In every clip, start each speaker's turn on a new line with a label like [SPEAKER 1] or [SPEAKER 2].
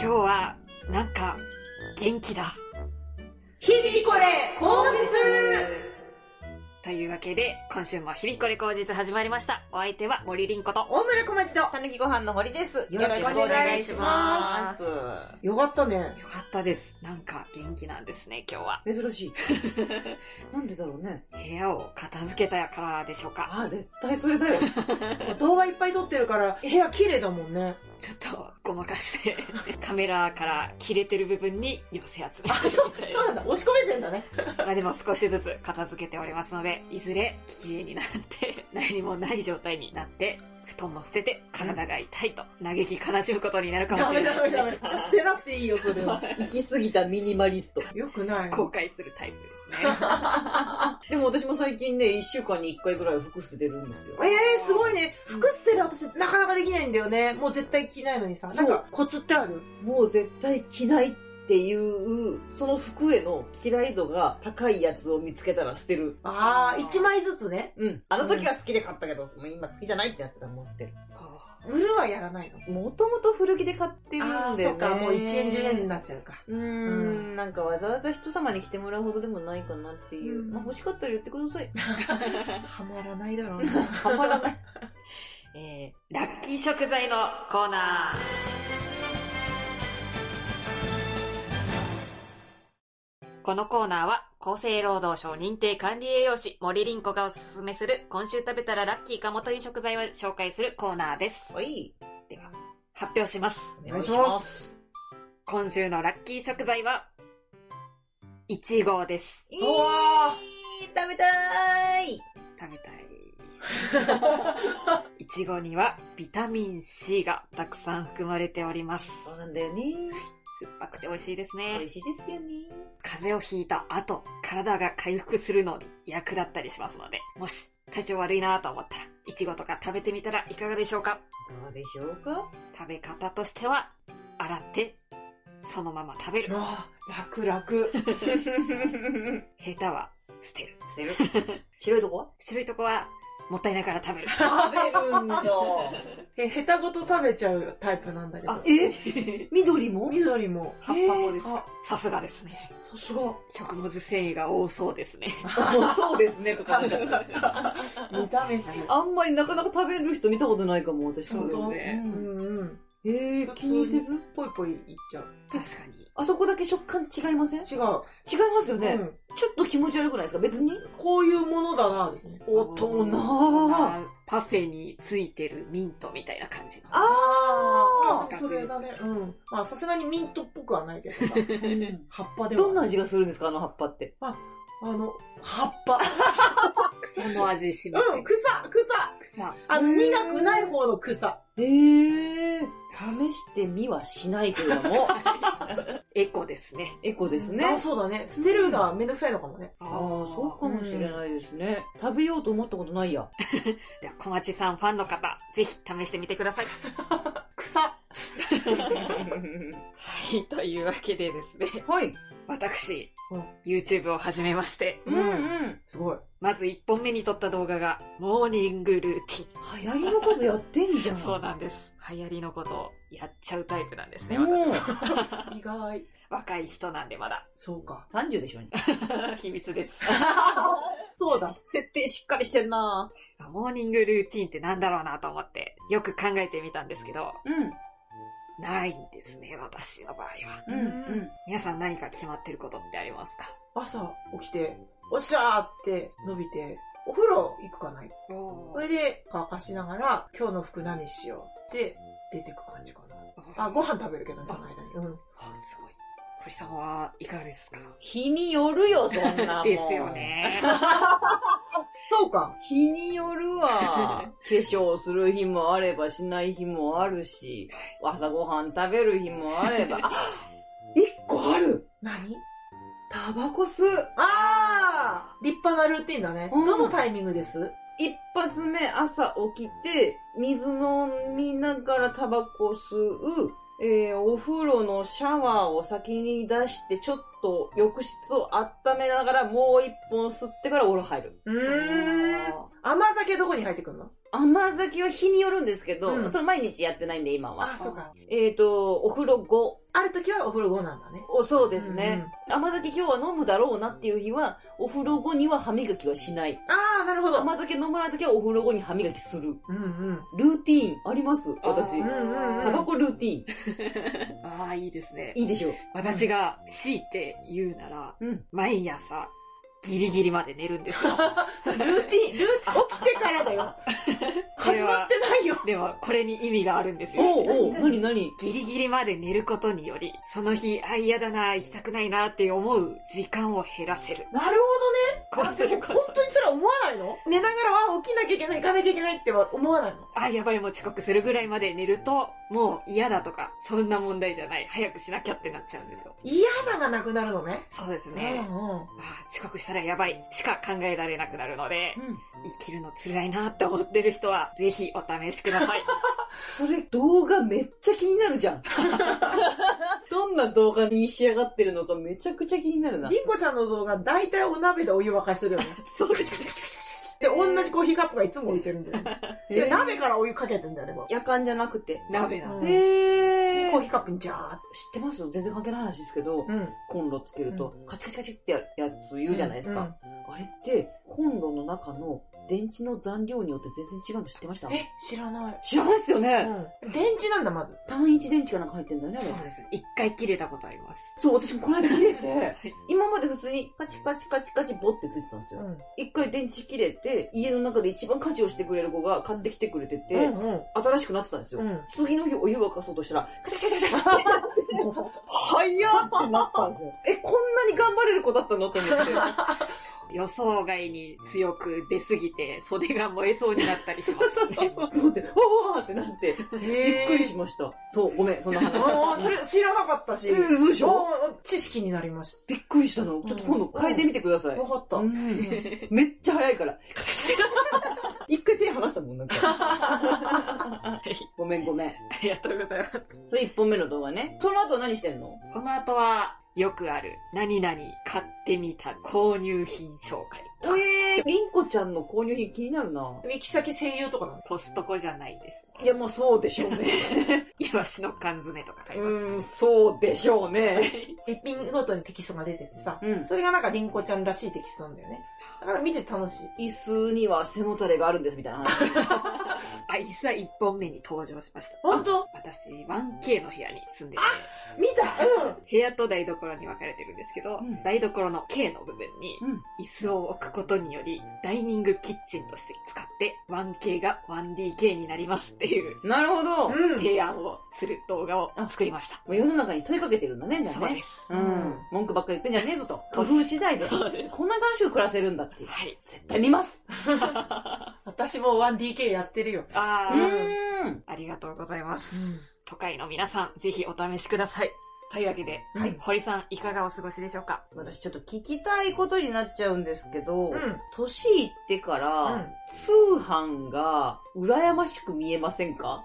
[SPEAKER 1] 今日は、なんか、元気だ。
[SPEAKER 2] 日々これ、口実
[SPEAKER 1] というわけで、今週も日々これ口実始まりました。お相手は森凛子と、
[SPEAKER 2] 大村小町の
[SPEAKER 3] たぬきご飯の堀です。。
[SPEAKER 2] よろしくお願いしますよかったね。
[SPEAKER 1] よかったです。なんか元気なんですね、今日は。
[SPEAKER 2] 珍 しい。なんでだろうね。
[SPEAKER 1] 部屋を片付けたからでしょうか。
[SPEAKER 2] ああ、絶対それだよ。動画いっぱい撮ってるから、部屋綺麗だもんね。
[SPEAKER 1] ちょっと、ごまかして、 カメラから切れてる部分に寄せ集め。
[SPEAKER 2] そうなんだ。押し込めてんだね。
[SPEAKER 1] まあでも少しずつ片付けておりますので、いずれ綺麗になって、 何もない状態になって、布団も捨てて、体が痛いと、嘆き悲しむことになるかも
[SPEAKER 2] ダ
[SPEAKER 1] しれ
[SPEAKER 2] メ
[SPEAKER 1] ない
[SPEAKER 2] ダメダメ。じ ゃあ捨てなくていいよ、それは。
[SPEAKER 3] 行き過ぎたミニマリスト。
[SPEAKER 2] よくない。
[SPEAKER 1] 後悔するタイプですね。
[SPEAKER 3] でも私も最近ね、一週間に一回ぐらい服捨ててるんですよ。
[SPEAKER 2] ええー、すごいね。服捨てる私、なかなかできないんだよね。もう絶対着ないのにさ。なんか、コツってある
[SPEAKER 3] もう絶対着ないっていう、その服への嫌い度が高いやつを見つけたら捨てる。
[SPEAKER 2] ああ、一枚ずつね。
[SPEAKER 3] うん。あの時は好きで買ったけど、もう今好きじゃないってなったらもう捨てる。
[SPEAKER 2] 売るはやらないの。
[SPEAKER 3] もともと古着で買ってるんだ
[SPEAKER 2] あ
[SPEAKER 3] よ
[SPEAKER 2] あ、
[SPEAKER 3] ね。
[SPEAKER 2] そっか。もう1円10円になっちゃうか。
[SPEAKER 3] うーん、なんかわざわざ人様に来てもらうほどでもないかなっていう。
[SPEAKER 2] うん
[SPEAKER 3] まあ欲しかったら言ってください。
[SPEAKER 2] はまらないだろうな。
[SPEAKER 3] はまらない。
[SPEAKER 1] えー、ラッキー食材のコーナー。このコーナーは、厚生労働省認定管理栄養士森凛子がおすすめする、今週食べたらラッキーかもという食材を紹介するコーナーです。
[SPEAKER 3] はい。
[SPEAKER 1] では、発表します。
[SPEAKER 3] お。
[SPEAKER 2] 願いします
[SPEAKER 1] 今週のラッキー食材は、いちごです。
[SPEAKER 3] いい
[SPEAKER 2] おわ
[SPEAKER 3] 食べたい
[SPEAKER 1] 食べたい。いちごにはビタミン C がたくさん含まれております。
[SPEAKER 3] そうなんだよね。
[SPEAKER 1] 酸っぱくて美味しいです
[SPEAKER 3] 美
[SPEAKER 1] ね
[SPEAKER 3] 味。しいですよね。
[SPEAKER 1] 風邪をひいた後、体が回復するのに役立ったりしますので、もし体調悪いなと思ったら、いちごとか食べてみたらいかがでしょうか
[SPEAKER 3] どうでしょう か
[SPEAKER 1] 食べ方としては、洗って、そのまま食べる。
[SPEAKER 2] ああ、楽楽。
[SPEAKER 3] 捨
[SPEAKER 1] ヘタは捨てる。
[SPEAKER 3] てる。白いとこは
[SPEAKER 1] 白いとこは、もったいないから食べる。
[SPEAKER 3] 食べるんだ。
[SPEAKER 2] え、ヘタごと食べちゃうタイプなんだけど。
[SPEAKER 3] え緑も
[SPEAKER 2] 緑も。
[SPEAKER 1] 葉っぱもです
[SPEAKER 3] えー
[SPEAKER 1] かさすがですね。
[SPEAKER 3] さすが。
[SPEAKER 1] 食物繊維が多そうですね。
[SPEAKER 3] そうですね、とか思っちゃった。
[SPEAKER 2] 見た目が。
[SPEAKER 3] あんまりなかなか食べる人見たことないかも、私。
[SPEAKER 1] そうですね
[SPEAKER 2] う
[SPEAKER 3] うん
[SPEAKER 2] んうん。
[SPEAKER 3] えー、気にせず
[SPEAKER 2] ぽいぽいいっちゃう。
[SPEAKER 1] 確かに。
[SPEAKER 3] あそこだけ食感違いません違い
[SPEAKER 2] 違う。
[SPEAKER 3] ますよね、
[SPEAKER 2] うん
[SPEAKER 3] ちょっと気持ち悪くないですか別に
[SPEAKER 2] こういうものだな、ですね。
[SPEAKER 3] 大人
[SPEAKER 1] パフェについてるミントみたいな感じの。
[SPEAKER 2] あ
[SPEAKER 3] あ
[SPEAKER 2] あ、それだね。うん。まあ、さすがにミントっぽくはないけ どさ。
[SPEAKER 3] ー
[SPEAKER 2] 葉っぱでは。
[SPEAKER 3] どんな味がするんですかあの葉っぱって。
[SPEAKER 2] あの、葉っぱ。
[SPEAKER 1] その味しま
[SPEAKER 2] うん、草、草。
[SPEAKER 1] す。草。
[SPEAKER 2] あの、
[SPEAKER 3] うん
[SPEAKER 2] 苦くない方の草。
[SPEAKER 3] えー、試してみはしないけれども、
[SPEAKER 1] エコですね。
[SPEAKER 3] エコですね。
[SPEAKER 2] あ、そうだね。捨てるのはめんどくさいのかもね。
[SPEAKER 3] ああ、そうかもしれ
[SPEAKER 1] い。
[SPEAKER 3] ないですね。食べようと思ったことないや。
[SPEAKER 1] では、小町さんファンの方、ぜひ試してみてください。
[SPEAKER 2] 草。
[SPEAKER 1] はい、というわけでですね、
[SPEAKER 3] はい。
[SPEAKER 1] 私
[SPEAKER 2] うん、
[SPEAKER 1] YouTube を始めまして、
[SPEAKER 2] うん
[SPEAKER 3] ん。
[SPEAKER 2] すごい。
[SPEAKER 1] まず1本目に撮った動画が、モーニングルーティン。
[SPEAKER 3] 流行りのことやってんじ ゃん。
[SPEAKER 1] そうなんです。流行りのことをやっちゃうタイプなんですね、私は。
[SPEAKER 3] も
[SPEAKER 2] 意外。
[SPEAKER 1] 若い人なんでまだ。
[SPEAKER 2] そうか。
[SPEAKER 3] う、30でしょ、
[SPEAKER 1] 秘密です。
[SPEAKER 2] そうだ。
[SPEAKER 3] 設定しっかりしてんな
[SPEAKER 1] モーニングルーティンってなんだろうなと思って、よく考えてみたんですけど、
[SPEAKER 3] うん。
[SPEAKER 1] ないんですね、私の場合は。
[SPEAKER 3] うん。うん。
[SPEAKER 1] 皆さん何か決まってることってありますか
[SPEAKER 2] 朝起きて、おっしゃーって伸びて、お風呂行くかない。それで乾かしながら、今日の服何しようって出てく感じかな。あ、ご飯食べるけどね、その間に。うん。
[SPEAKER 1] あすごい。堀さんはいかがですか
[SPEAKER 3] 日によるよ、そん なもん。
[SPEAKER 1] ですよ。ね。
[SPEAKER 2] そうか。
[SPEAKER 3] 日による わ。化粧する日もあればしない日もあるし、朝ごはん食べる日もあれば、あ、一個ある
[SPEAKER 2] 何
[SPEAKER 3] タバコ吸う
[SPEAKER 2] あー立派なルーティンだね。
[SPEAKER 3] うん
[SPEAKER 2] どのタイミングです
[SPEAKER 3] 一発目朝起きて、水飲みながらタバコ吸う、えー、お風呂のシャワーを先に出して、ちょっと浴室を温めながらもう一本吸ってからお風呂入る。
[SPEAKER 2] う
[SPEAKER 1] ーん
[SPEAKER 2] 甘酒どこに入ってくるの
[SPEAKER 3] 甘酒は日によるんですけど、
[SPEAKER 2] うん
[SPEAKER 3] それ毎日やってないんで、今は。
[SPEAKER 2] あ、そうか。
[SPEAKER 3] えっ、と、お風呂後。
[SPEAKER 2] ある時はお風呂後なんだね。
[SPEAKER 3] おそうですね、甘酒今日は飲むだろうなっていう日は、お風呂後には歯磨きはしない。
[SPEAKER 2] ああ、なるほど。
[SPEAKER 3] 甘酒飲まない時はお風呂後に歯磨きする。
[SPEAKER 2] うんうん。
[SPEAKER 3] ルーティーンあります私
[SPEAKER 2] う。んうんうん
[SPEAKER 3] タバコルーティーン。
[SPEAKER 1] ああ、いいですね。
[SPEAKER 3] いいでしょう。
[SPEAKER 1] 私が強いて言うなら、
[SPEAKER 2] うん
[SPEAKER 1] 毎朝、ギリギリまで寝るんです よ。
[SPEAKER 2] ルーティン、ルー起きてからだ よ。
[SPEAKER 1] これ
[SPEAKER 2] 始ま
[SPEAKER 1] は
[SPEAKER 2] っ、てないよ。
[SPEAKER 1] でもこれに意味があるんですよ。
[SPEAKER 3] おうおう、なになに
[SPEAKER 1] ギリギリまで寝ることにより、その日、あ、嫌だな、行きたくないなって思う時間を減らせる。
[SPEAKER 2] なる
[SPEAKER 1] こ
[SPEAKER 2] ほどね。
[SPEAKER 1] う
[SPEAKER 2] あ
[SPEAKER 1] す
[SPEAKER 2] で
[SPEAKER 1] る
[SPEAKER 2] も
[SPEAKER 1] こ
[SPEAKER 2] 本
[SPEAKER 1] と。
[SPEAKER 2] 当にそれは思わないの寝ながら、あ、起きなきゃいけない、行かなきゃいけないっては思わないの
[SPEAKER 1] あ、やばい、もう遅刻するぐらいまで寝ると、もう嫌だとか、そんな問題じゃない、早くしなきゃってなっちゃうんですよ。
[SPEAKER 2] 嫌だがなくなるのね。
[SPEAKER 1] そうです
[SPEAKER 2] うん
[SPEAKER 1] ね。
[SPEAKER 2] うん。
[SPEAKER 1] あ遅刻したらやばい、しか考えられなくなるので、生きるの辛いなって思ってる人は、ぜひお試しくだ さい。
[SPEAKER 3] それ動画めっちゃ気になるじゃん。 どんな動画に仕上がってるのかめちゃくちゃ気になるな。
[SPEAKER 2] りんこちゃんの動画、大体お鍋でお湯沸かしてるよね。
[SPEAKER 1] そうです。
[SPEAKER 2] で、同じコーヒーカップがいつも置いてるんだよね。
[SPEAKER 3] え
[SPEAKER 2] で、
[SPEAKER 3] ー
[SPEAKER 2] 鍋からお湯かけてんだよね、こ
[SPEAKER 3] 夜間じゃなくて。
[SPEAKER 1] 鍋な
[SPEAKER 2] う
[SPEAKER 1] の。
[SPEAKER 2] ん
[SPEAKER 3] へ
[SPEAKER 2] れ
[SPEAKER 3] ー。
[SPEAKER 2] コーヒーカップにジャーっ
[SPEAKER 3] 知ってます全然関係ない話ですけど、
[SPEAKER 2] と。うん。
[SPEAKER 3] コンロつけると、カチカチカチってやつ言うじゃないですか。
[SPEAKER 2] うん
[SPEAKER 3] あれって、コンロの中の電池の残量によって全然違うの知ってました
[SPEAKER 2] え、知らない。
[SPEAKER 3] 知らないですよね、
[SPEAKER 2] うん。電池なんだ、まず。
[SPEAKER 3] 単一電池かなんか入ってんだよね、あ
[SPEAKER 1] そう
[SPEAKER 3] れ。
[SPEAKER 1] です。一回切れたことあります。
[SPEAKER 3] そう、私もこの間切れて、
[SPEAKER 1] はい
[SPEAKER 3] 今まで普通にカチカチカチカチボってついてたんですよ。
[SPEAKER 2] ん。
[SPEAKER 3] 一回電池切れて、家の中で一番家事をしてくれる子が買ってきてくれてて、
[SPEAKER 2] うんうん。
[SPEAKER 3] 新しくなってたんですよ。
[SPEAKER 2] うん。
[SPEAKER 3] 次の日お湯沸かそうとしたら、カチャカチャカチャカチャって、
[SPEAKER 2] 早っってなったんですよ。
[SPEAKER 3] え、こんなに頑張れる子だったのと思って。
[SPEAKER 1] 予想外に強く出すぎて、袖が燃えそうになったりしま
[SPEAKER 3] そう
[SPEAKER 1] す
[SPEAKER 3] そう
[SPEAKER 1] ね。
[SPEAKER 3] そうそう。思って、おーってなって、び
[SPEAKER 2] び
[SPEAKER 3] っくりしました。そう、ごめん、そんな話。
[SPEAKER 2] ああ、それ知らなかったし。
[SPEAKER 3] うんそうでしょ
[SPEAKER 2] あー知識になりまし
[SPEAKER 3] びっくりしたの。ちょっと今度変えてみてくださ
[SPEAKER 2] た。
[SPEAKER 3] い
[SPEAKER 2] よ。かった。
[SPEAKER 3] うんめっちゃ早いから。一回手離したもん、なんか。
[SPEAKER 1] はい
[SPEAKER 3] ごめんごめん。
[SPEAKER 1] ありがとうございます。
[SPEAKER 3] それ一本目の動画ね。その後何してんの
[SPEAKER 1] その後は、よくある、何々買ってみた購入品紹介。
[SPEAKER 3] えー、りんこちゃんの購入品気になるな。
[SPEAKER 2] 行き先専用とかなの
[SPEAKER 1] コストコじゃないですね。
[SPEAKER 3] いや、まあそうでしょう ね。
[SPEAKER 1] イワシの缶詰とか買います。
[SPEAKER 3] うん、そうでしょうね。
[SPEAKER 2] 一品ごとにテキストが出ててさ。
[SPEAKER 3] うん。
[SPEAKER 2] それがなんかりんこちゃんらしいテキストなんだよね。だから見て楽しい。
[SPEAKER 3] 椅子には背もたれがあるんですみたいな話。
[SPEAKER 1] あ、椅子は1本目に登場しました。
[SPEAKER 2] ほんと
[SPEAKER 1] 私、1K の部屋に住んでて、
[SPEAKER 2] 見たうん
[SPEAKER 1] 部屋と台所に分かれてるんですけど、
[SPEAKER 3] うん
[SPEAKER 1] 台所の K の部分に
[SPEAKER 3] うん
[SPEAKER 1] 椅子を置くことにより、ダイニングキッチンとして使って、1K が 1DK になりますっていう
[SPEAKER 3] なるほど。も
[SPEAKER 2] うん。
[SPEAKER 1] 提案をする動画を作りました。
[SPEAKER 3] う世の中に問いかけてるんだね、じゃあ
[SPEAKER 1] そうで
[SPEAKER 3] ね。
[SPEAKER 1] す。
[SPEAKER 3] うん。文句ばっかり言ってんじゃねえぞと。工夫次第で。
[SPEAKER 1] そうです。
[SPEAKER 3] こんな楽しく暮らせるんだっていう。
[SPEAKER 1] はい。
[SPEAKER 3] 絶 対見ます。
[SPEAKER 2] 私も 1DK やってるよ。
[SPEAKER 1] あ
[SPEAKER 3] う
[SPEAKER 1] ー、
[SPEAKER 3] ーん。
[SPEAKER 1] ありがとうございます。都会の皆さん、ぜひお試しください。というわけで、
[SPEAKER 2] うん
[SPEAKER 1] はい、堀さん、いかがお過ごしでしょうか
[SPEAKER 3] 私ちょっと聞きたいことになっちゃうんですけど、
[SPEAKER 2] うん。
[SPEAKER 3] 年いってから、
[SPEAKER 2] うん
[SPEAKER 3] 通販が羨ましく見えませんか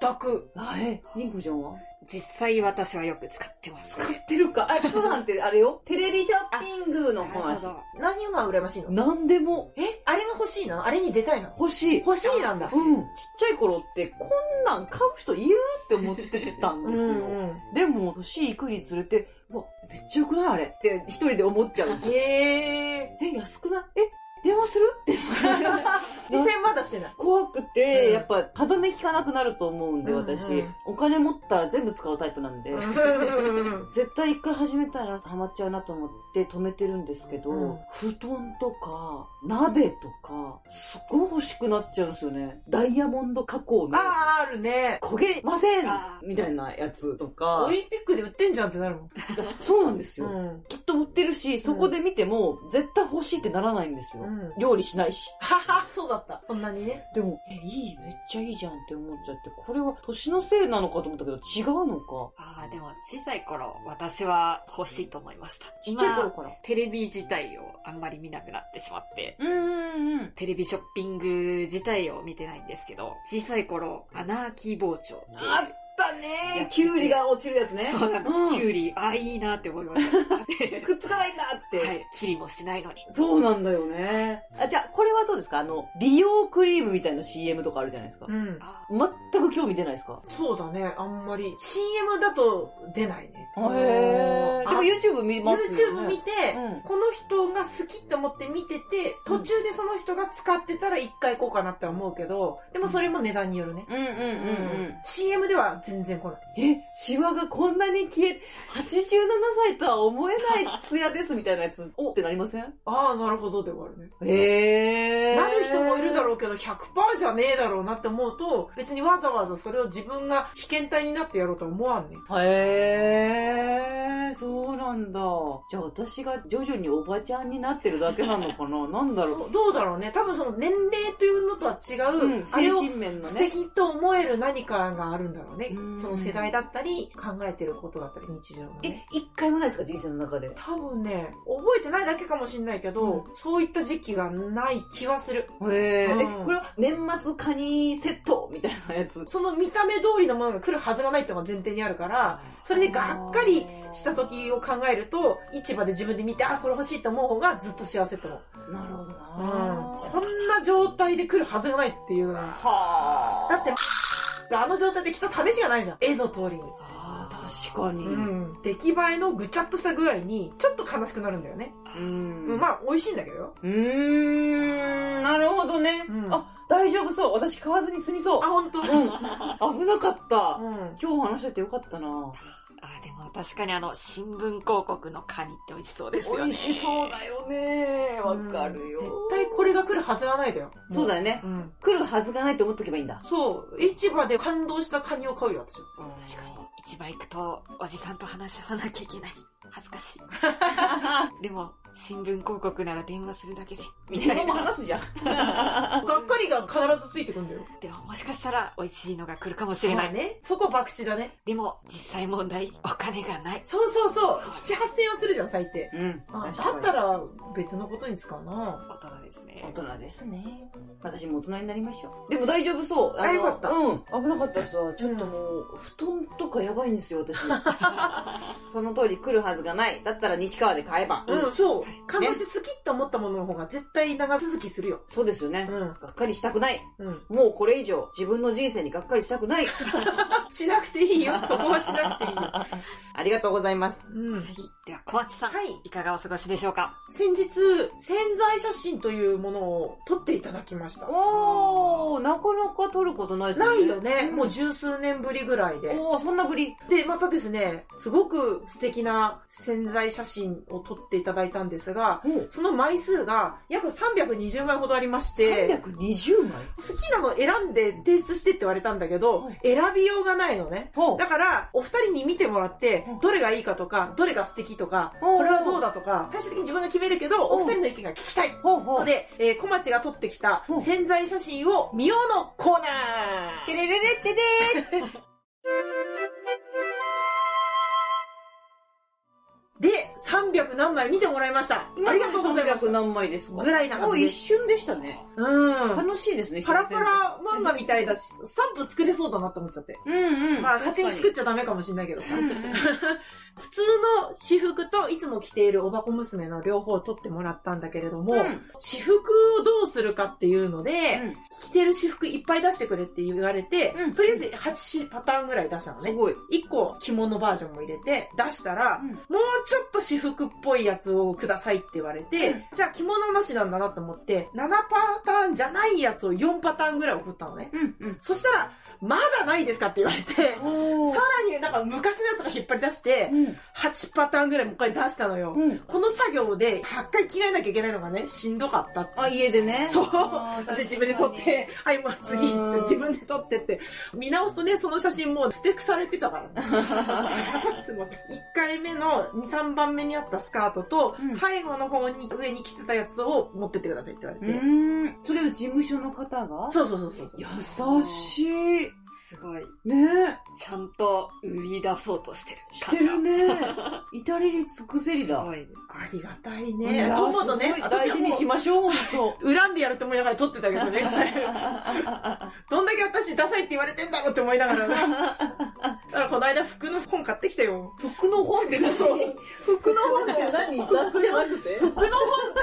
[SPEAKER 2] 全く。
[SPEAKER 3] あえ、リンコちゃんは
[SPEAKER 1] 実際私はよく使ってます
[SPEAKER 3] 使。ってるか。あ、通販ってあれよ。 テレビショッピングの
[SPEAKER 1] なる
[SPEAKER 3] 話
[SPEAKER 1] ほ。ど
[SPEAKER 2] 何が羨ましいの
[SPEAKER 3] 何でも
[SPEAKER 2] えあれが欲しいなのあれに出たいなの
[SPEAKER 3] 欲しい。
[SPEAKER 2] 欲しいなんだ。
[SPEAKER 3] うん、ちっちゃい頃ってこんなん買う人いるって思ってたんですよ。
[SPEAKER 2] うん。
[SPEAKER 3] でも、年いくにつれて、うわ、めっちゃ良くないあれって一人で思っちゃうん ですよ。
[SPEAKER 2] へえ。
[SPEAKER 3] え、安くないえ、電話するって。
[SPEAKER 2] 実際まだしてない。
[SPEAKER 3] 怖くて、
[SPEAKER 2] うん
[SPEAKER 3] やっぱ歯止め効かなくなると思うんで、
[SPEAKER 2] うんうん
[SPEAKER 3] 私。お金持ったら全部使うタイプなん で。絶対一回始めたらハマっちゃうなと思って止めてるんですけど、
[SPEAKER 2] うん
[SPEAKER 3] 布団とか、鍋とか、すっごい欲しくなっちゃうんですよね。ダイヤモンド加工の、
[SPEAKER 2] ああ、あるね。
[SPEAKER 3] 焦げません
[SPEAKER 1] あー
[SPEAKER 3] みたいなやつとか
[SPEAKER 2] オ、リンピックで売ってんじゃんってなるもん。
[SPEAKER 3] そうなんですよ、
[SPEAKER 2] ん。
[SPEAKER 3] きっと売ってるし、そこで見ても絶対欲しいってならないんですよ。
[SPEAKER 2] うん
[SPEAKER 3] 料理しないし。
[SPEAKER 2] はは、そうだった。そんなにね。
[SPEAKER 3] でも、え、いい、めっちゃいいじゃんって思っちゃって、これは年のせいなのかと思ったけど、違うのか。
[SPEAKER 1] ああ、でも小さい頃、私は欲しいと思いました。
[SPEAKER 3] ちっちゃい頃
[SPEAKER 1] 今
[SPEAKER 3] から。
[SPEAKER 1] テレビ自体をあんまり見なくなってしまって、
[SPEAKER 3] うんうんうん。
[SPEAKER 1] テレビショッピング自体を見てないんですけど、小さい頃、アナーキー包丁っていう
[SPEAKER 3] あったねキュウリが落ちるやつね。
[SPEAKER 1] そうなんです。キュウリ、あ、いいなって思いました。 で
[SPEAKER 3] くっつかないんだって。
[SPEAKER 1] はい。切りもしないのに。
[SPEAKER 3] そうなんだよね。あ、じゃあ、これはどうですかあの、美容クリームみたいな CM とかあるじゃないですか
[SPEAKER 2] う。ん。
[SPEAKER 1] あ
[SPEAKER 3] 全く興味出ないですか
[SPEAKER 2] そうだね、あんまり。CM だと出ないね。
[SPEAKER 3] へー。
[SPEAKER 2] あ
[SPEAKER 3] でも YouTube 見ますよね。
[SPEAKER 2] YouTube 見て、
[SPEAKER 3] うん
[SPEAKER 2] この人が好きって思って見てて、途中でその人が使ってたら一回行こうかなって思うけど、でもそれも値段によるね。
[SPEAKER 3] うんうんうんうん。
[SPEAKER 2] CM では全然来ない。
[SPEAKER 3] え、シワがこんなに消え、87歳とは思えないツヤですみたいなやつ、おってなりません
[SPEAKER 2] ああ、なるほどで終わるね。
[SPEAKER 3] へ
[SPEAKER 2] なる人もいるだ
[SPEAKER 3] う。
[SPEAKER 2] ろうけど、100%じゃねえだろうなって思うと、別にわざわざそれを自分が被験体になってやろうとは思わんね。
[SPEAKER 3] へえ、そうなんだ。じゃあ私が徐々におばちゃんになってるだけなのか ななんだろ
[SPEAKER 2] どうどうだろうね。多分その年齢というのとは違
[SPEAKER 3] う。
[SPEAKER 2] う、
[SPEAKER 3] うん、
[SPEAKER 2] あれ
[SPEAKER 3] 精
[SPEAKER 2] を
[SPEAKER 3] 神面の
[SPEAKER 2] 素
[SPEAKER 3] ね。
[SPEAKER 2] 敵と思える何かがあるんだろうね
[SPEAKER 3] うん。
[SPEAKER 2] その世代だったり、考えてることだったり、日常の
[SPEAKER 3] え
[SPEAKER 2] ね。、
[SPEAKER 3] 一回もないですか人生の中で。
[SPEAKER 2] 多分ね、覚えてないだけかもしんないけど、そういった時期がない気はする。
[SPEAKER 3] へー
[SPEAKER 2] うん
[SPEAKER 3] え、これは年末カニセットみたいなやつ。
[SPEAKER 2] その見た目通りのものが来るはずがないってのが前提にあるから、それでがっかりした時を考えると、市場で自分で見て、あ、これ欲しいと思う方がずっと幸せって思う。
[SPEAKER 3] なるほど
[SPEAKER 2] うん
[SPEAKER 3] な。
[SPEAKER 2] こんな状態で来るはずがないっていうのは。
[SPEAKER 3] は
[SPEAKER 2] だって、あの状態で来た試しがないじゃん。絵の通りに。
[SPEAKER 3] あー確かに。
[SPEAKER 2] うん。出来栄えのぐちゃっとした具合に、ちょっと悲しくなるんだよね。
[SPEAKER 3] うん
[SPEAKER 2] うん、まあ、美味しいんだけどよ。
[SPEAKER 3] うーん、なるほどね。
[SPEAKER 2] うん
[SPEAKER 3] あ、大丈夫そう。私買わずに済みそう。
[SPEAKER 2] あ、ほんとうん。
[SPEAKER 3] うん、危なかった。今日話しててよかったな。
[SPEAKER 1] あ、でも確かにあの、新聞広告のカニって美味しそうですよね。
[SPEAKER 3] 美味しそうだよね。わかるよ。
[SPEAKER 2] 絶対これが来るはずはないだよ。
[SPEAKER 3] そうだよね
[SPEAKER 2] う。ん。
[SPEAKER 3] 来るはずがないって思っとけばいいんだ。
[SPEAKER 2] そう、市場で感動したカニを買うよ、私は。
[SPEAKER 1] 確かに。市場行くと、おじさんと話し合わなきゃいけない。恥ずかしい。 でも、新聞広告なら電話するだけで。みた
[SPEAKER 3] 今
[SPEAKER 1] い
[SPEAKER 3] も
[SPEAKER 1] な。
[SPEAKER 3] 話すじゃん。
[SPEAKER 2] がっかりが必ずついてくんだよ。
[SPEAKER 1] でももしかしたら美味しいのが来るかもしれない。
[SPEAKER 2] まあね。そこ博打だね。
[SPEAKER 1] でも、実際問題、お金がない。
[SPEAKER 2] そうそうそう。七八千はするじゃん、最低。
[SPEAKER 3] うん。
[SPEAKER 2] あ
[SPEAKER 3] 確か
[SPEAKER 2] だ
[SPEAKER 3] に
[SPEAKER 2] ったら別のことに使うな。
[SPEAKER 1] 大人ですね。
[SPEAKER 3] 大人ですね。私も大人になりましょう。でも大丈夫そう。の
[SPEAKER 2] あよかった
[SPEAKER 3] うん。危なかったっすわ。ちょっともう、布団とかやばいんですよ、 私。その通り来るはずがない。だったら西川で買えば。
[SPEAKER 2] うん、そう
[SPEAKER 1] はい。
[SPEAKER 2] 感動して好きって思ったものの方が絶対長続きするよ。
[SPEAKER 3] そうですよね
[SPEAKER 2] う。ん。
[SPEAKER 3] がっかりしたくない。
[SPEAKER 2] うん。
[SPEAKER 3] もうこれ以上、自分の人生にがっかりしたくない。
[SPEAKER 2] しなくて いいよ。そこはしなくていいよ。
[SPEAKER 3] ありがとうござい ます。
[SPEAKER 2] うん。
[SPEAKER 1] はい。では、小町さん。
[SPEAKER 2] はい。
[SPEAKER 1] いかがお過ごしでしょうか
[SPEAKER 2] 先日、潜在写真というものを撮っていただきました。
[SPEAKER 3] おー、なかなか撮ることないです
[SPEAKER 2] ないよね。もう
[SPEAKER 3] うん
[SPEAKER 2] 十数年ぶりぐらいで。
[SPEAKER 3] おー、そんなぶり。
[SPEAKER 2] で、またですね、すごく素敵な潜在写真を撮っていただいたんですが、
[SPEAKER 3] おー
[SPEAKER 2] その枚数が約320枚ほどありまして、
[SPEAKER 3] 320枚
[SPEAKER 2] 好きなの選んで提出してって言われたんだけど
[SPEAKER 3] はい、
[SPEAKER 2] 選びようがないのね。
[SPEAKER 3] ほう
[SPEAKER 2] だから、お二人に見てもらって
[SPEAKER 3] うん、
[SPEAKER 2] どれがいいかとか、どれが素敵とか、
[SPEAKER 3] うん
[SPEAKER 2] これはどうだとか、最終的に自分が決めるけど、
[SPEAKER 3] うん
[SPEAKER 2] お二人の意見が聞きたい。
[SPEAKER 3] ほうほ
[SPEAKER 2] の
[SPEAKER 3] う。
[SPEAKER 2] で、えー小町が撮ってきた
[SPEAKER 3] うん
[SPEAKER 2] 潜在写真を見ようのコーナ
[SPEAKER 3] て
[SPEAKER 2] ー
[SPEAKER 3] れれれってで
[SPEAKER 2] で、300何枚見てもらいました。
[SPEAKER 3] ー
[SPEAKER 2] ありがとうございま
[SPEAKER 3] 300
[SPEAKER 2] した。
[SPEAKER 3] 何枚ですか
[SPEAKER 2] ぐらいなは
[SPEAKER 3] も
[SPEAKER 2] ず
[SPEAKER 3] う
[SPEAKER 2] で
[SPEAKER 3] 一
[SPEAKER 2] す。
[SPEAKER 3] 瞬でしたね。
[SPEAKER 2] うん。
[SPEAKER 3] 楽しいですね。
[SPEAKER 2] パラパラ漫画みたいだし、スタンプ作れそうだなって思っちゃって。
[SPEAKER 3] 久々に。うんうん。
[SPEAKER 2] まあ、勝手に作っ
[SPEAKER 3] っ
[SPEAKER 2] ちゃダメかもしんないけどさ。
[SPEAKER 1] は
[SPEAKER 2] 普通の私服といつも着ているおばこ娘の両方を撮ってもらったんだけれども、
[SPEAKER 3] うん
[SPEAKER 2] 私服をどうするかっていうので、着てる私服いっぱい出してくれって言われて、
[SPEAKER 3] うん
[SPEAKER 2] とりあえず8パターンぐらい出したの
[SPEAKER 3] す
[SPEAKER 2] ね。
[SPEAKER 3] ごい。
[SPEAKER 2] 1個着物バージョンも入れて出したら、
[SPEAKER 3] うん
[SPEAKER 2] もうちょっと私服っぽいやつをくださいって言われて、
[SPEAKER 3] うん
[SPEAKER 2] じゃあ着物なしなんだなと思って、7パターンじゃないやつを4パターンぐらい送ったのね。
[SPEAKER 3] うんうん。
[SPEAKER 2] そしたら、まだないですかって言われて、
[SPEAKER 3] お
[SPEAKER 2] さらになんか昔のやつが引っ張り出して、
[SPEAKER 3] うん。
[SPEAKER 2] 8パターンぐらいもう一回出したのよ。
[SPEAKER 3] うん。
[SPEAKER 2] この作業で8回着替えなきゃいけないのがね、しんどかったって。
[SPEAKER 3] あ、家でね。
[SPEAKER 2] そう
[SPEAKER 3] あー
[SPEAKER 2] で、自分で撮っ。 て、はい、もう次、つ
[SPEAKER 3] う
[SPEAKER 2] っ
[SPEAKER 3] ん
[SPEAKER 2] て自分で撮ってって。見直すとね、その写真もうふてくされてたからね。
[SPEAKER 3] 確か
[SPEAKER 2] 1回目の2、3番目にあったスカートと、
[SPEAKER 3] うん
[SPEAKER 2] 最後の方に上に着てたやつを持ってってくださいって言わ
[SPEAKER 3] に
[SPEAKER 2] れ
[SPEAKER 3] う
[SPEAKER 2] て。
[SPEAKER 3] ーん。それを事務所の方が
[SPEAKER 2] そうそうそうそう。
[SPEAKER 3] 優しい。
[SPEAKER 1] すごい。
[SPEAKER 3] ね
[SPEAKER 1] ちゃんと売り出そうとしてる。
[SPEAKER 3] してる ね。至れり尽くせり
[SPEAKER 1] す
[SPEAKER 3] だ。
[SPEAKER 1] ごいです。
[SPEAKER 2] ありがたい
[SPEAKER 3] い
[SPEAKER 2] ね。
[SPEAKER 3] や
[SPEAKER 2] そう思うとね
[SPEAKER 3] す、ごい
[SPEAKER 2] 私
[SPEAKER 3] 大
[SPEAKER 2] は
[SPEAKER 3] 事
[SPEAKER 2] も
[SPEAKER 3] にしましょう、本
[SPEAKER 2] う、恨んでやると思いながら撮って たけどね。
[SPEAKER 3] 当
[SPEAKER 2] どんだけ私ダサいって言われてんだろうって思いながらね。だからこの間服の本買ってきたよ。
[SPEAKER 3] 服の本って何服の本って何雑誌じゃなくて
[SPEAKER 2] 服の本っ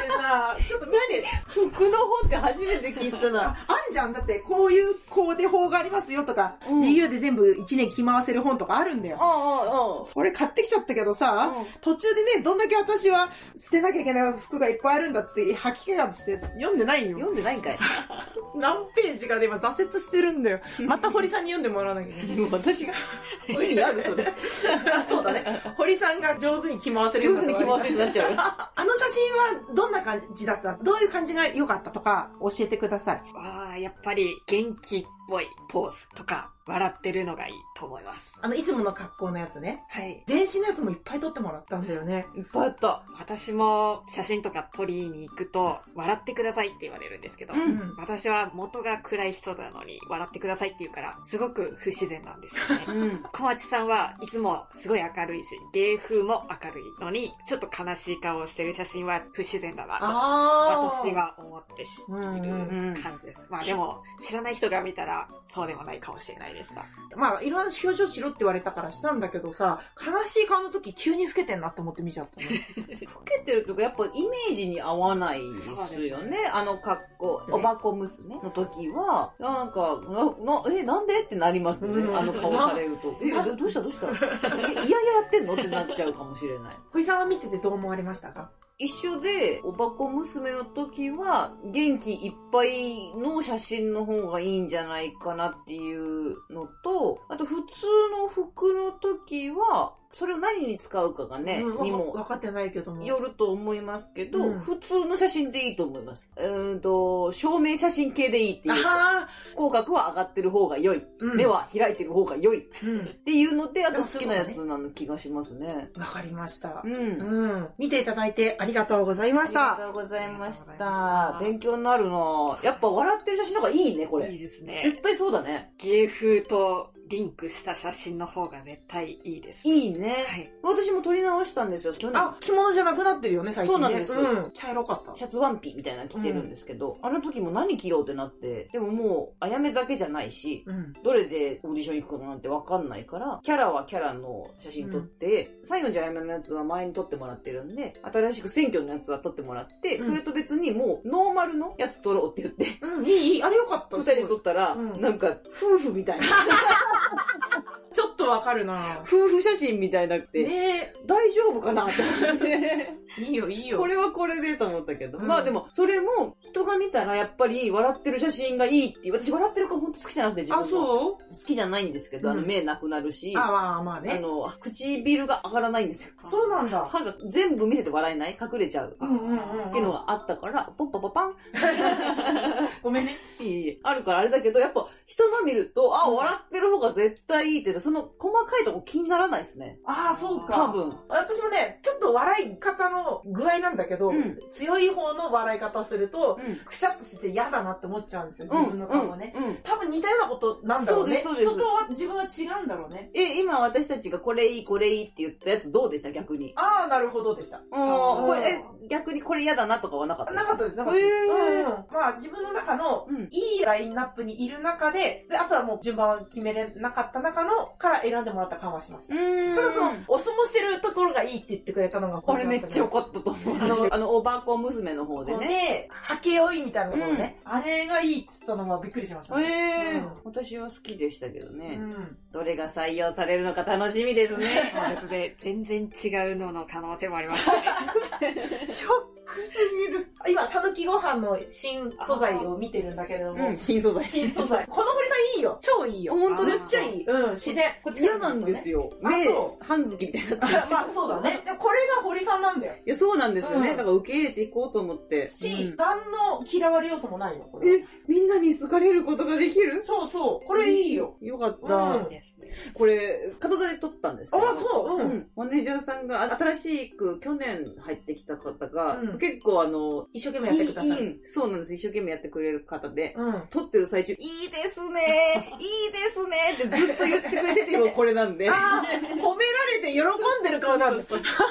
[SPEAKER 2] てさ、ちょっと見て、
[SPEAKER 3] 服の本って初めて聞いたな。
[SPEAKER 2] あんじゃん。だってこういうコーデ法がありますよとか、
[SPEAKER 3] うん
[SPEAKER 2] 自由で全部1年着回せる本とかあるんだよ。
[SPEAKER 3] あ
[SPEAKER 2] これ買ってきちゃったけど
[SPEAKER 3] あ、あ
[SPEAKER 2] さ、
[SPEAKER 3] あ。
[SPEAKER 2] 途中でね、どんだけ私は捨てなきゃいけない服がいっぱいあるんだっつって、吐き気がして読んでないよ。
[SPEAKER 3] 読んでないん かい。
[SPEAKER 2] 何ページかで今挫折してるんだ よ。また堀さんに読んでもらわなきゃいけない。
[SPEAKER 3] 私 が。意味あるそれ。
[SPEAKER 2] あそうだね。 堀さんが上手に着回せるよう
[SPEAKER 3] 上手に着回せるようになっちゃう。
[SPEAKER 2] あの写真はどんな感じだったどういう感じが良かったとか教えてください。
[SPEAKER 1] ああ、やっぱり元気っぽいポーズとか、笑ってるのがいいと思います。
[SPEAKER 2] あの、いつもの格好のやつね。
[SPEAKER 1] はい。
[SPEAKER 2] 全身のやつもいっぱい撮ってもらったんだよね。
[SPEAKER 3] いっぱいあった。
[SPEAKER 1] 私も写真とか撮りに行くと、笑ってくださいって言われるんですけど、
[SPEAKER 2] ん。
[SPEAKER 1] 私は元が暗い人なのに笑ってくださいって言うから、すごく不自然なんですよね。
[SPEAKER 3] うん。
[SPEAKER 1] 小町さんはいつもすごい明るいし、芸風も明るいのに、ちょっと悲しい顔をしてる写真は不自然だなと、
[SPEAKER 2] あー
[SPEAKER 1] 私。は思ってし
[SPEAKER 2] うん
[SPEAKER 1] い
[SPEAKER 2] うんうん
[SPEAKER 1] る感じです。まあでも、知らない人が見たら、そうでもないかもしれないですが。
[SPEAKER 2] まあ、いろんな表情しろって言われたからしたんだけどさ、悲しい顔の時急に老けてんなと思って見ちゃった ね。
[SPEAKER 3] 老けてるとか、やっぱイメージに合わないですよ
[SPEAKER 1] そうです
[SPEAKER 3] ね。あの格好、おばこ娘の時は、なんか、な、なえ、なんでってなりますね
[SPEAKER 2] う。ん
[SPEAKER 3] あの顔されると。え、どどうしたどうしたえいやいややってんのってなっちゃうかもしれない。
[SPEAKER 2] 堀さんは見ててどう思われましたか
[SPEAKER 3] 一緒で、おばこ娘の時は、元気いっぱいの写真の方がいいんじゃないかなっていうのと、あと普通の服の時は、それを何に使うかがね、
[SPEAKER 2] うんわ
[SPEAKER 3] に
[SPEAKER 2] か
[SPEAKER 3] も
[SPEAKER 2] わかってないけども。
[SPEAKER 3] よると思いますけど、
[SPEAKER 2] うん
[SPEAKER 3] 普通の写真でいいと思います。うーんと、照明写真系でいいって
[SPEAKER 2] あ
[SPEAKER 3] いう。
[SPEAKER 2] は
[SPEAKER 3] 口角は上がってる方が良い。
[SPEAKER 2] ー、うん
[SPEAKER 3] 目。は開いてる方が良い。っ
[SPEAKER 2] うん。
[SPEAKER 3] ていうので、あ
[SPEAKER 2] で
[SPEAKER 3] と
[SPEAKER 2] も
[SPEAKER 3] 好きなやつなの気がしますね。
[SPEAKER 2] わかりました
[SPEAKER 3] う。ん。
[SPEAKER 2] うん。見ていただいてありがとうござい
[SPEAKER 3] あ
[SPEAKER 2] ま
[SPEAKER 3] り
[SPEAKER 2] し
[SPEAKER 3] が
[SPEAKER 2] た。
[SPEAKER 3] とうございまし
[SPEAKER 1] ありがとうございま
[SPEAKER 3] た
[SPEAKER 1] し。た
[SPEAKER 3] 勉強になるなやっぱ笑ってる写真の方がいいね、こ
[SPEAKER 1] いい
[SPEAKER 3] れ。
[SPEAKER 1] ですね。
[SPEAKER 3] 絶対そうだね。
[SPEAKER 1] 芸風とリンクした写真の方が絶対いいです。
[SPEAKER 3] いいね。
[SPEAKER 1] はい。
[SPEAKER 3] 私も撮り直したんですよ、去年。
[SPEAKER 2] あ、着物じゃなくなってるよね、最近ね。
[SPEAKER 3] そうなんです
[SPEAKER 2] うん。茶色かった。
[SPEAKER 3] シャツワンピみたいなの着てるんですけど、あの時も何着ようってなって、でももう、あやめだけじゃないし、
[SPEAKER 2] うん。
[SPEAKER 3] どれでオーディション行くかなんてわかんないから、キャラはキャラの写真撮って、最後のジャイアンのやつは前に撮ってもらってるんで、新しく選挙のやつは撮ってもらって、
[SPEAKER 2] う
[SPEAKER 3] そ
[SPEAKER 2] ん
[SPEAKER 3] れと別にもうノーマルのやつ撮ろうって言 って、
[SPEAKER 2] うん、いい、いい。あれよかった。
[SPEAKER 3] 二人で撮ったら、
[SPEAKER 2] うん
[SPEAKER 3] なんか夫婦みたいな、
[SPEAKER 2] ちょっとわかるな
[SPEAKER 3] 夫婦写真みたいになって、
[SPEAKER 2] ね
[SPEAKER 3] 大丈夫かなって思って。
[SPEAKER 2] え、いいよ、いいよ。
[SPEAKER 3] これはこれでと思ったけど。
[SPEAKER 2] うん
[SPEAKER 3] まあでも、それも人が見たらやっぱり笑ってる写真がいいっていう、私笑ってる顔本当好きじゃなくて自分
[SPEAKER 2] あ、
[SPEAKER 3] の
[SPEAKER 2] そ
[SPEAKER 3] 好きじゃないんですけど、あの
[SPEAKER 2] うん
[SPEAKER 3] 目なくなるし、
[SPEAKER 2] うあ、まあまあ
[SPEAKER 3] あ
[SPEAKER 2] ね。
[SPEAKER 3] の、唇が上がらないんですよ。
[SPEAKER 2] そうなんだ。
[SPEAKER 3] 歯が全部見せて笑えない隠れちゃう。
[SPEAKER 2] うんうんうん。
[SPEAKER 3] っていうのがあったから、ポッパパ パン
[SPEAKER 2] ごめんね。
[SPEAKER 3] いいいいあるからあれだけど、やっぱ人の見ると、あ、笑ってる方が絶対いいっていうのその細かいとこ気にならないですね。
[SPEAKER 2] ああ、そう
[SPEAKER 3] 多
[SPEAKER 2] か。
[SPEAKER 3] 分。
[SPEAKER 2] 私もね、ちょっと笑い方の具合なんだけど、
[SPEAKER 3] うん
[SPEAKER 2] 強い方の笑い方すると、
[SPEAKER 3] うん。
[SPEAKER 2] くしゃっとして嫌だなって思っちゃうんですよ、自分の顔はね。
[SPEAKER 3] うん。うん
[SPEAKER 2] 多分似たようなことなんだろうね。
[SPEAKER 3] そうですそう
[SPEAKER 2] 人
[SPEAKER 3] です
[SPEAKER 2] とは自分は違うんだろうね。
[SPEAKER 3] え、今私たちがこれいいこれいいって言ったやつどうでした逆に。
[SPEAKER 2] ああ、なるほどでした。
[SPEAKER 3] うん。これ、え、逆にこれ嫌だなとかはなかった
[SPEAKER 2] なかったです、なかったです。うんうんまあ自分の中の
[SPEAKER 3] うん。
[SPEAKER 2] いいラインナップにいる中で、であとはもう順番は決めれなかった中のから選んでもらった感はしました。
[SPEAKER 3] うん。
[SPEAKER 2] ただその、お相撲してるところがいいって言ってくれたのが
[SPEAKER 3] あれめっちゃ良かったと思う。あの、あのおばあこ娘の方で
[SPEAKER 2] で
[SPEAKER 3] ね。
[SPEAKER 2] ね、はけ追いみたいなことね、あれがいいって言ったのはびっくりしました、ね。
[SPEAKER 3] ええ
[SPEAKER 2] うん
[SPEAKER 3] 私は好きでしたけどね、
[SPEAKER 2] うん。
[SPEAKER 3] どれが採用されるのか楽しみですね。
[SPEAKER 1] そうですね。全然違うのの可能性もあり ますね。
[SPEAKER 2] ショックすぎる。今、たぬきご飯の新素材を見てるんだけれども、
[SPEAKER 3] うん、新素材。
[SPEAKER 2] 新素材。この堀さんいいよ。超いいよ。
[SPEAKER 3] 本
[SPEAKER 1] 当
[SPEAKER 2] め
[SPEAKER 1] で
[SPEAKER 2] っ
[SPEAKER 1] す
[SPEAKER 2] ち
[SPEAKER 1] か
[SPEAKER 2] ゃいい。うん、自然。こっ
[SPEAKER 3] 嫌なんです
[SPEAKER 2] よ。
[SPEAKER 3] よ。
[SPEAKER 2] あ
[SPEAKER 3] 目
[SPEAKER 2] そ、
[SPEAKER 3] 半月みたいになって
[SPEAKER 2] あ
[SPEAKER 3] るでしょ
[SPEAKER 2] まあそうだね。でもこれが堀さんなんだよ。
[SPEAKER 3] いや、そうなんですよね、
[SPEAKER 2] うん
[SPEAKER 3] だから受け入れていこうと思って。う
[SPEAKER 2] し
[SPEAKER 3] ん、
[SPEAKER 2] 何の嫌われ要素もないよ、こ
[SPEAKER 3] え
[SPEAKER 2] れ。
[SPEAKER 3] みんなに好かれることができる
[SPEAKER 2] そうそう。こ
[SPEAKER 3] こ
[SPEAKER 2] れいいよ。。
[SPEAKER 3] よかった。
[SPEAKER 2] うん
[SPEAKER 1] ですね。
[SPEAKER 3] これ、角座で撮ったんですけど。
[SPEAKER 2] あそううん
[SPEAKER 3] マネージャーさんが、あ新しく去年入ってきた方が、
[SPEAKER 2] うん
[SPEAKER 3] 結構あの、
[SPEAKER 2] 一生懸命やってくださ
[SPEAKER 3] い
[SPEAKER 2] い。
[SPEAKER 3] いそうなんです。一生懸命やってくれる方で、
[SPEAKER 2] うん。
[SPEAKER 3] 撮ってる最中、いいですねいいですねってずっと言 ってくれてるよ、これなんで。
[SPEAKER 2] ああ、褒められて喜んでる顔なんです。
[SPEAKER 3] そうそうそう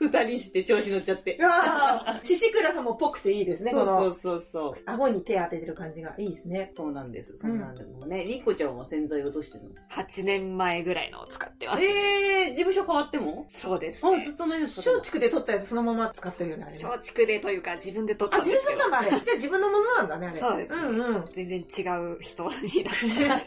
[SPEAKER 3] 二人して調子乗っちゃって。
[SPEAKER 2] ああ、獅子倉さんもぽくていいですね、
[SPEAKER 3] そうそ
[SPEAKER 2] こ
[SPEAKER 3] うそうそう。
[SPEAKER 2] の、顎に手当ててる感じがいいですね。
[SPEAKER 3] そうなんです。そんなんでもね、りっこちゃんは洗剤落としてるの
[SPEAKER 1] 8年前ぐらいのを使ってます。
[SPEAKER 3] えー、事務所変わっても
[SPEAKER 1] そうです、
[SPEAKER 3] あ、ず
[SPEAKER 1] ね
[SPEAKER 3] っ。と同じです
[SPEAKER 2] 松竹で取ったやつそのまま使ってるよね、あれね。
[SPEAKER 1] 松竹でというか自分で撮った
[SPEAKER 2] あ、
[SPEAKER 1] んです
[SPEAKER 2] 自
[SPEAKER 1] けど
[SPEAKER 2] 分。取ったんだ、あれ。じゃあ自分のものなんだね、あれ。
[SPEAKER 1] そうですね
[SPEAKER 2] んうん。
[SPEAKER 1] 全然違う人になっちゃう。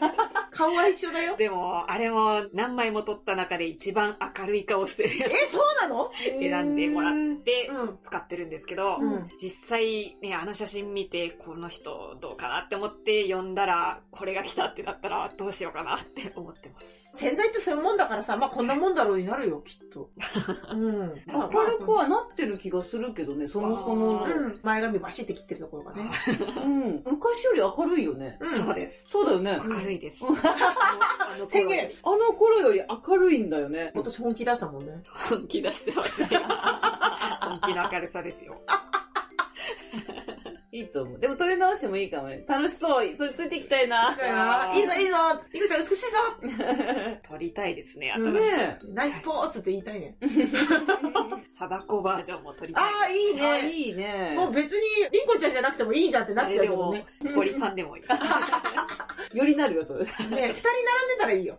[SPEAKER 2] 顔は一緒だよ。
[SPEAKER 1] でも、あれも何枚も撮った中で一番明るい顔してるや
[SPEAKER 2] え、そうなの
[SPEAKER 1] 選んでもら
[SPEAKER 2] う
[SPEAKER 1] って
[SPEAKER 2] ん。
[SPEAKER 1] 使ってるんですけど、
[SPEAKER 2] うん
[SPEAKER 1] 実際ね、あの写真見て、この人どうかなって思って呼んだら、これが来たってなったらどうしようかなって思ってます。
[SPEAKER 2] 洗剤ってそういうもんだからさ、まあこんなもんだろうになる よ、きっと。うん。まあまあ
[SPEAKER 3] 明るくはなってる気がするけどね、そもそも
[SPEAKER 1] あ
[SPEAKER 3] の。
[SPEAKER 2] うん。前髪バシって切ってるところ がね。
[SPEAKER 3] うん。昔より明るいよね。
[SPEAKER 2] うん
[SPEAKER 1] そうです。
[SPEAKER 3] そうだよね。
[SPEAKER 1] 明るいです。
[SPEAKER 3] うん
[SPEAKER 1] あの
[SPEAKER 2] 宣言
[SPEAKER 3] あの頃より明るいんだよね。
[SPEAKER 2] 今年本気出したもんね。
[SPEAKER 1] 本気出してますね。本気の明るさですよ。
[SPEAKER 3] いいと思う。でも撮り直してもいいかもね。楽しそう。それついていきたい な。
[SPEAKER 1] あー
[SPEAKER 2] いいぞ、いいぞいくちゃん美しいぞ
[SPEAKER 3] ね
[SPEAKER 1] 撮りたいですね、新しい。
[SPEAKER 3] え。
[SPEAKER 2] ナイスポーツって言いたいね。
[SPEAKER 1] サバコバージョンも撮りたい。
[SPEAKER 2] ああ、いい
[SPEAKER 3] あ
[SPEAKER 2] ね。
[SPEAKER 3] いいね。
[SPEAKER 2] もう別に、りんこちゃんじゃなくてもいいじゃんってなっ
[SPEAKER 1] 誰
[SPEAKER 2] ちゃう
[SPEAKER 1] で
[SPEAKER 2] けど
[SPEAKER 1] も
[SPEAKER 2] ね。、
[SPEAKER 1] 鳥さんでもいい。
[SPEAKER 3] よりなるよ、そ れ。
[SPEAKER 2] ね、二人並んでたらいいよ。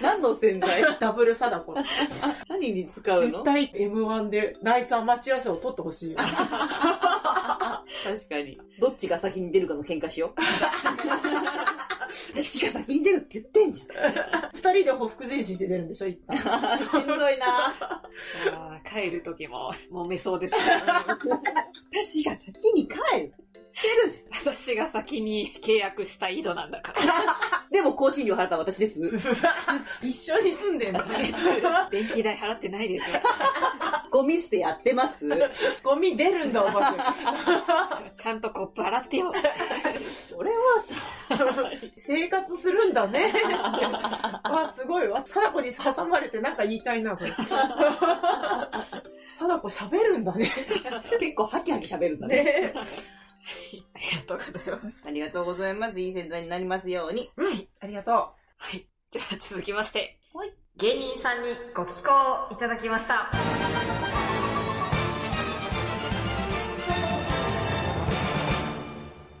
[SPEAKER 3] 何の洗剤
[SPEAKER 2] ダブルサダコ。
[SPEAKER 3] 何に使う
[SPEAKER 2] 絶
[SPEAKER 3] の
[SPEAKER 2] 対 M1 でナイスアマチュア賞を取ってほしいよ。
[SPEAKER 3] 確かに。どっちが先に出るかの喧嘩しよう。 私が先に出るって言ってんじ
[SPEAKER 2] 二人でほふ前進して出るんでしょ、一旦。
[SPEAKER 3] ゃん。しんどいな。
[SPEAKER 1] あー帰る時も揉めそうですね。
[SPEAKER 3] 私が先に帰る。出るじ
[SPEAKER 1] 私が先に契約した井戸なんだから。
[SPEAKER 3] ゃん。でも、更新料払ったの私です。
[SPEAKER 2] 一緒に住んでんの。
[SPEAKER 1] 電気代払ってないでし
[SPEAKER 3] ゴミ捨てやってます。
[SPEAKER 2] ゴミ出るんだ、おばあ
[SPEAKER 1] ょ。ちゃんとコップ洗ってよ。
[SPEAKER 3] それはさ、
[SPEAKER 2] ちゃん。生活するん だね。わ、すごいわ。貞子に挟まれてなんか言いたいな、それ。貞子喋るんだね。
[SPEAKER 3] 結構ハキハキ喋るんだね。
[SPEAKER 2] ね
[SPEAKER 1] ありがとうございます。
[SPEAKER 3] ありがとうございます。いい洗剤になりますように。
[SPEAKER 2] うん、ありがと
[SPEAKER 1] はい。では続きまして
[SPEAKER 3] はい、
[SPEAKER 1] 芸人さんにご寄稿いただきました。
[SPEAKER 2] う。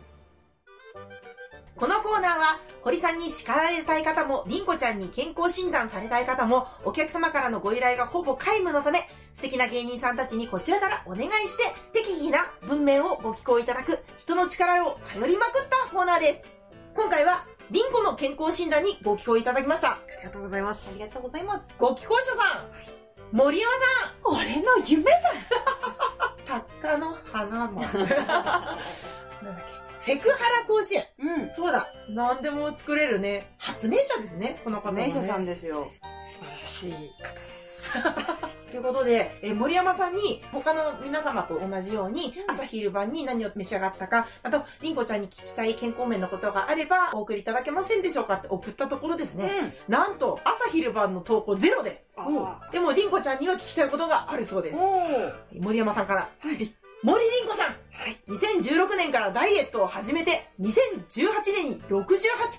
[SPEAKER 2] このコーナーは、堀さんに叱られたい方も、りんこちゃんに健康診断されたい方も、お客様からのご依頼がほぼ皆無のため、素敵な芸人さんたちにこちらからお願いして、適宜な文面をご寄稿いただく、人の力を頼りまくったコーナーです。今回は、りんこの健康診断にご寄稿いただきました。
[SPEAKER 1] ありがとうございます。
[SPEAKER 3] ありがとうございます。
[SPEAKER 2] ご寄稿者さん、森山
[SPEAKER 3] 俺の夢
[SPEAKER 2] さん、作家の花の、 なんだっけ、セクハラ甲子園。
[SPEAKER 3] うん。
[SPEAKER 2] そうだ。何でも作れるね。発明者ですね、この方も、ね。
[SPEAKER 3] 名所さんですよ。
[SPEAKER 1] 素晴らしい方です。
[SPEAKER 2] ということで、えー森山さんに他の皆様と同じように、
[SPEAKER 3] うん
[SPEAKER 2] 朝昼晩に何を召し上がったか、あと、りんこちゃんに聞きたい健康面のことがあれば、お送りいただけませんでしょうかって送ったところです
[SPEAKER 3] う
[SPEAKER 2] ね。
[SPEAKER 3] ん。
[SPEAKER 2] なんと、朝昼晩の投稿ゼロで。
[SPEAKER 1] あ
[SPEAKER 3] お
[SPEAKER 1] ー
[SPEAKER 2] でも、りんこちゃんには聞きたいことがあるそうです。
[SPEAKER 3] お
[SPEAKER 2] 森山さんから。
[SPEAKER 1] はい。
[SPEAKER 2] 森りんこさん
[SPEAKER 1] はい。
[SPEAKER 2] 2016年からダイエットを始めて、2018年に68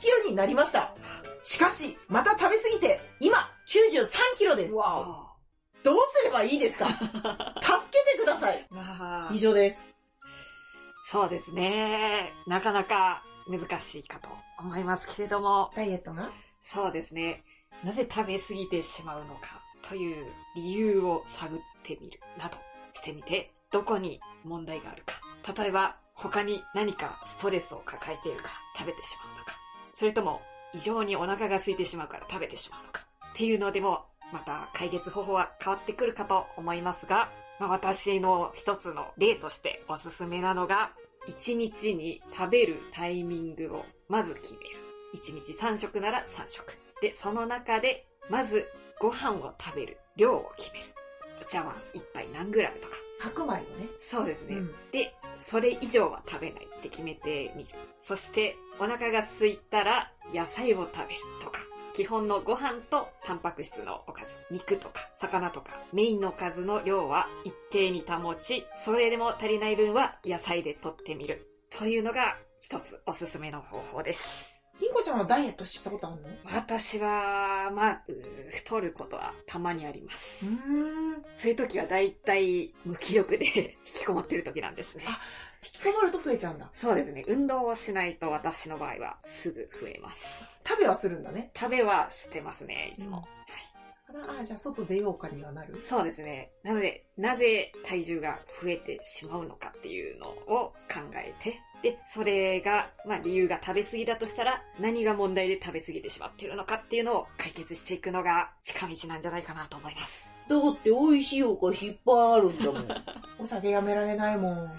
[SPEAKER 2] キロになりました。しかし、また食べ過ぎて、今、93キロです。ど
[SPEAKER 1] あ
[SPEAKER 2] うすればいいですか助けてください。
[SPEAKER 1] ーまあ
[SPEAKER 2] 以、上です。
[SPEAKER 1] そうですね。なかなか難しいかと思いますけれども、
[SPEAKER 2] ダイエットが
[SPEAKER 1] そうですね。なぜ食べ過ぎてしまうのかという理由を探ってみるなどしてみて、どこに問題があるか。例えば、他に何かストレスを抱えているから食べてしまうのか。それとも、異常にお腹が空いてしまうから食べてしまうのか。っていうのでも、また解決方法は変わってくるかと思いますが、まあ、私の一つの例としておすすめなのが、一日に食べるタイミングをまず決める。1日3食なら3食。で、その中で、まずご飯を食べる量を決める。お茶碗1杯何グラムとか。
[SPEAKER 2] 白米をね。
[SPEAKER 1] そうですね。
[SPEAKER 2] うん
[SPEAKER 1] で、それ以上は食べないって決めてみる。そして、お腹が空いたら野菜を食べるとか。基本のご飯とタンパク質のおかず、肉とか魚とかメインのおかずの量は一定に保ち、それでも足りない分は野菜で取ってみる。というのが一つおすすめの方法です。
[SPEAKER 2] りんこちゃんはダイエットしたことあるの
[SPEAKER 1] 私は、まあ、うー太ることはたまにあります。
[SPEAKER 2] うん。引
[SPEAKER 1] そういう時は大体無気力で引きこもってる時なんですね。
[SPEAKER 2] あきこもると増えちゃうんだ。
[SPEAKER 1] そうですね。運動をしないと私の場合はすぐ増えます。
[SPEAKER 2] 食べはするんだね。
[SPEAKER 1] 食べはしてますね、いつも。
[SPEAKER 2] うんあら、あじゃあ外出ようかにはなる。
[SPEAKER 1] そうですね。なので、なぜ体重が増えてしまうのかっていうのを考えて、で、それが、まあ理由が食べ過ぎだとしたら、何が問題で食べ過ぎてしまっているのかっていうのを解決していくのが近道なんじゃないかなと思います。
[SPEAKER 3] だって美味しいお菓子いっぱいあるんだも ん。
[SPEAKER 2] お酒やめられないもん。
[SPEAKER 1] はあ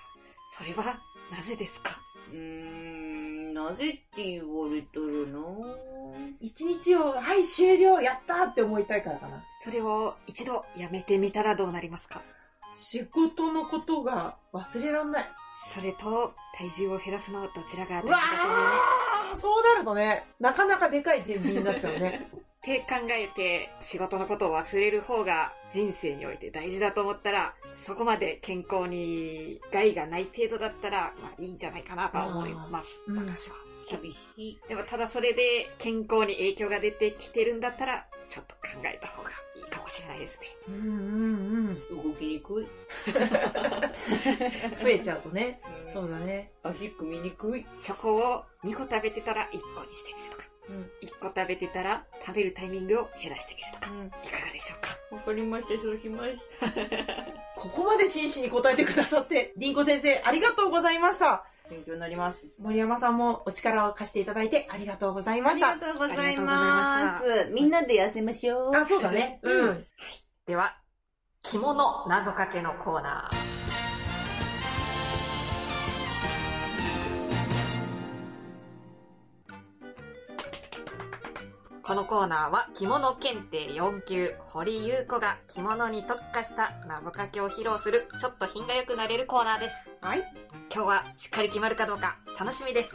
[SPEAKER 1] それは、なぜですか
[SPEAKER 3] うーん、なぜって言われたらな
[SPEAKER 2] 一日を、はい、終了、やったーって思いたいからかな。
[SPEAKER 1] それを一度やめてみたらどうなりますか
[SPEAKER 2] 仕事のことが忘れらんない。
[SPEAKER 1] それと、体重を減らすのどちらが大
[SPEAKER 2] う
[SPEAKER 1] 事だと思い
[SPEAKER 2] わ
[SPEAKER 1] ます
[SPEAKER 2] ーそうなるとね、なかなかでかい天秤になっちゃうね。
[SPEAKER 1] って考えて仕事のことを忘れる方が人生において大事だと思ったらそこまで健康に害がない程度だったら、まあ、いいんじゃないかなとは思います、
[SPEAKER 2] うん
[SPEAKER 1] 私は。
[SPEAKER 3] 寂しい。
[SPEAKER 1] でもただそれで健康に影響が出てきてるんだったらちょっと考えた方がいいかもしれないですね。
[SPEAKER 2] うんうんうん。
[SPEAKER 3] 動きにくい。
[SPEAKER 2] 増えちゃうとね。そうだね。
[SPEAKER 3] 足組みにくい。
[SPEAKER 1] チョコを2個食べてたら1個にしてみるとか、
[SPEAKER 2] うん
[SPEAKER 1] 1個食べてたら食べるタイミングを減らしてみるとか、
[SPEAKER 2] うん
[SPEAKER 1] いかがでしょうか
[SPEAKER 3] わかりました、そうします。
[SPEAKER 2] ここまで真摯に答えてくださって、りんこ先生、ありがとうございました。
[SPEAKER 3] 勉強になります。
[SPEAKER 2] 森山さんもお力を貸していただいてありがとうございました。
[SPEAKER 3] ありがとうご
[SPEAKER 1] ざ
[SPEAKER 3] ざ
[SPEAKER 1] い
[SPEAKER 3] い
[SPEAKER 1] ま
[SPEAKER 3] ますす。みんなで痩せましょう。
[SPEAKER 2] あ、そうだね。
[SPEAKER 3] う
[SPEAKER 2] うん。
[SPEAKER 1] では、着物謎かけのコーナー。このコーナーは着物検定4級堀優子が着物に特化した謎かけを披露するちょっと品が良くなれるコーナーです。
[SPEAKER 3] はい。
[SPEAKER 1] 今日はしっかり決まるかどうか楽しみです。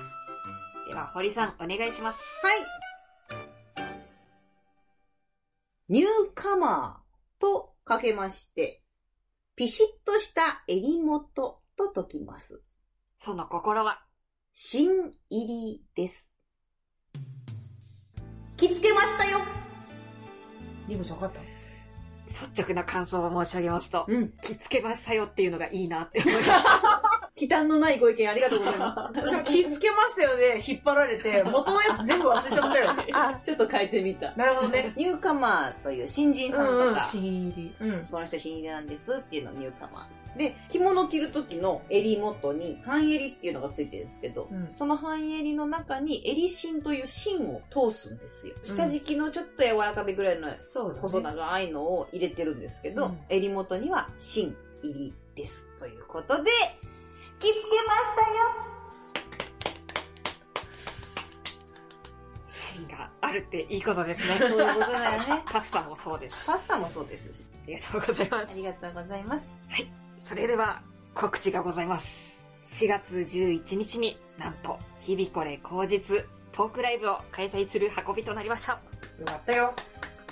[SPEAKER 1] では堀さんお願いします。
[SPEAKER 3] はい。ニューカマーとかけまして、ピシッとした襟元と解きます。
[SPEAKER 1] その心は
[SPEAKER 3] 新入りです。着付けましたよ
[SPEAKER 2] りんこちゃん分かった
[SPEAKER 1] 率直な感想を申し上げますと、
[SPEAKER 3] うん。
[SPEAKER 1] 着付けましたよっていうのがいいなって思います。
[SPEAKER 3] 忌憚のないご意見ありがとうございます。
[SPEAKER 2] 私も気付けましたよね。引っ張られ て、元のやつ全部忘れちゃったよ。
[SPEAKER 3] あ、ちょっと変えてみた。
[SPEAKER 2] なるほどね。
[SPEAKER 3] ニューカマーという新人
[SPEAKER 2] う
[SPEAKER 3] さん方、
[SPEAKER 2] んうん。新入り。うん。
[SPEAKER 3] この人新入りなんですっていうのをニューカマー。で、着物着る時の襟元に半襟っていうのがついてるんですけど、
[SPEAKER 2] うん
[SPEAKER 3] その半襟の中に襟芯という芯を通すんですよ。下敷きのちょっと柔らかめぐらいの
[SPEAKER 2] そうだね。
[SPEAKER 3] 細長いのを入れてるんですけど、
[SPEAKER 2] うん
[SPEAKER 3] 襟元には芯入りです。ということで、着付けましたよ
[SPEAKER 1] 芯があるっていいことですね。。
[SPEAKER 3] そういうことだよね
[SPEAKER 1] パスタもそうですし。あ
[SPEAKER 3] パスタもそうですし。
[SPEAKER 1] りがとうございます
[SPEAKER 3] あ。りがとうございます。
[SPEAKER 1] それでは告知がございます。4月11日になんと、日々これ口実トークライブを開催する運びとなりました。
[SPEAKER 2] よかったよ。よか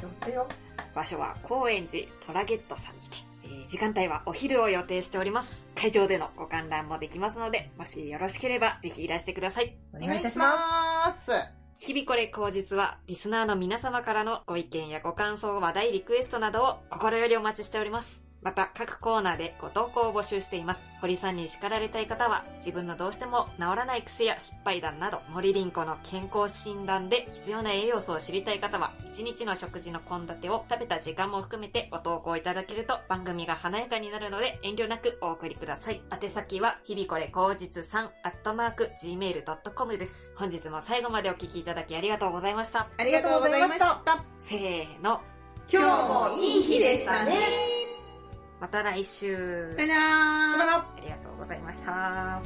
[SPEAKER 2] ったよ。
[SPEAKER 1] 場所は高円寺トラゲットさんにて、えー時間帯はお昼を予定しております。会場でのご観覧もできますので、もしよろしければぜひいらしてください。
[SPEAKER 2] お願いいたします。
[SPEAKER 3] す。
[SPEAKER 1] 日々これ口実は、リスナーの皆様からのご意見やご感想、話題、リクエストなどを心よりお待ちしております。また、各コーナーでご投稿を募集しています。堀さんに叱られたい方は、自分のどうしても治らない癖や失敗談など、森凛子の健康診断で必要な栄養素を知りたい方は、一日の食事の献立を食べた時間も含めてご投稿いただけると、番組が華やかになるので、遠慮なくお送りください。宛先は、日々これ口実3、アットマーク、gmail.com です。本日も最後までお聞きいただきありがとうございました。
[SPEAKER 3] あ
[SPEAKER 2] りがとうございました。
[SPEAKER 1] せーの、
[SPEAKER 2] 今日もいい日でしたね。
[SPEAKER 1] また来週。
[SPEAKER 3] さよなら
[SPEAKER 2] さよなら。
[SPEAKER 1] ありがとうございました。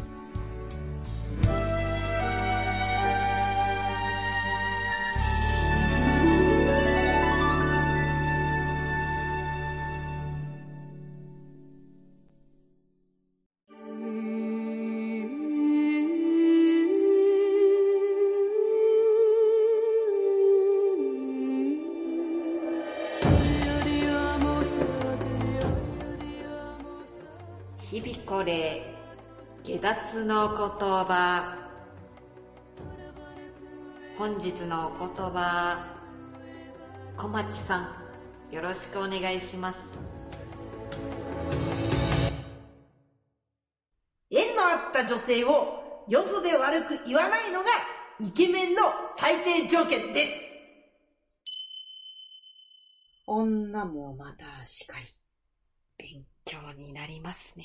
[SPEAKER 1] 日々これ、下脱の言葉。本日のお言葉小町さんよろしくお願いします
[SPEAKER 2] 縁のあった女性をよそで悪く言わないのがイケメンの最低条件です。
[SPEAKER 1] 女もまたしかり勉強になりますね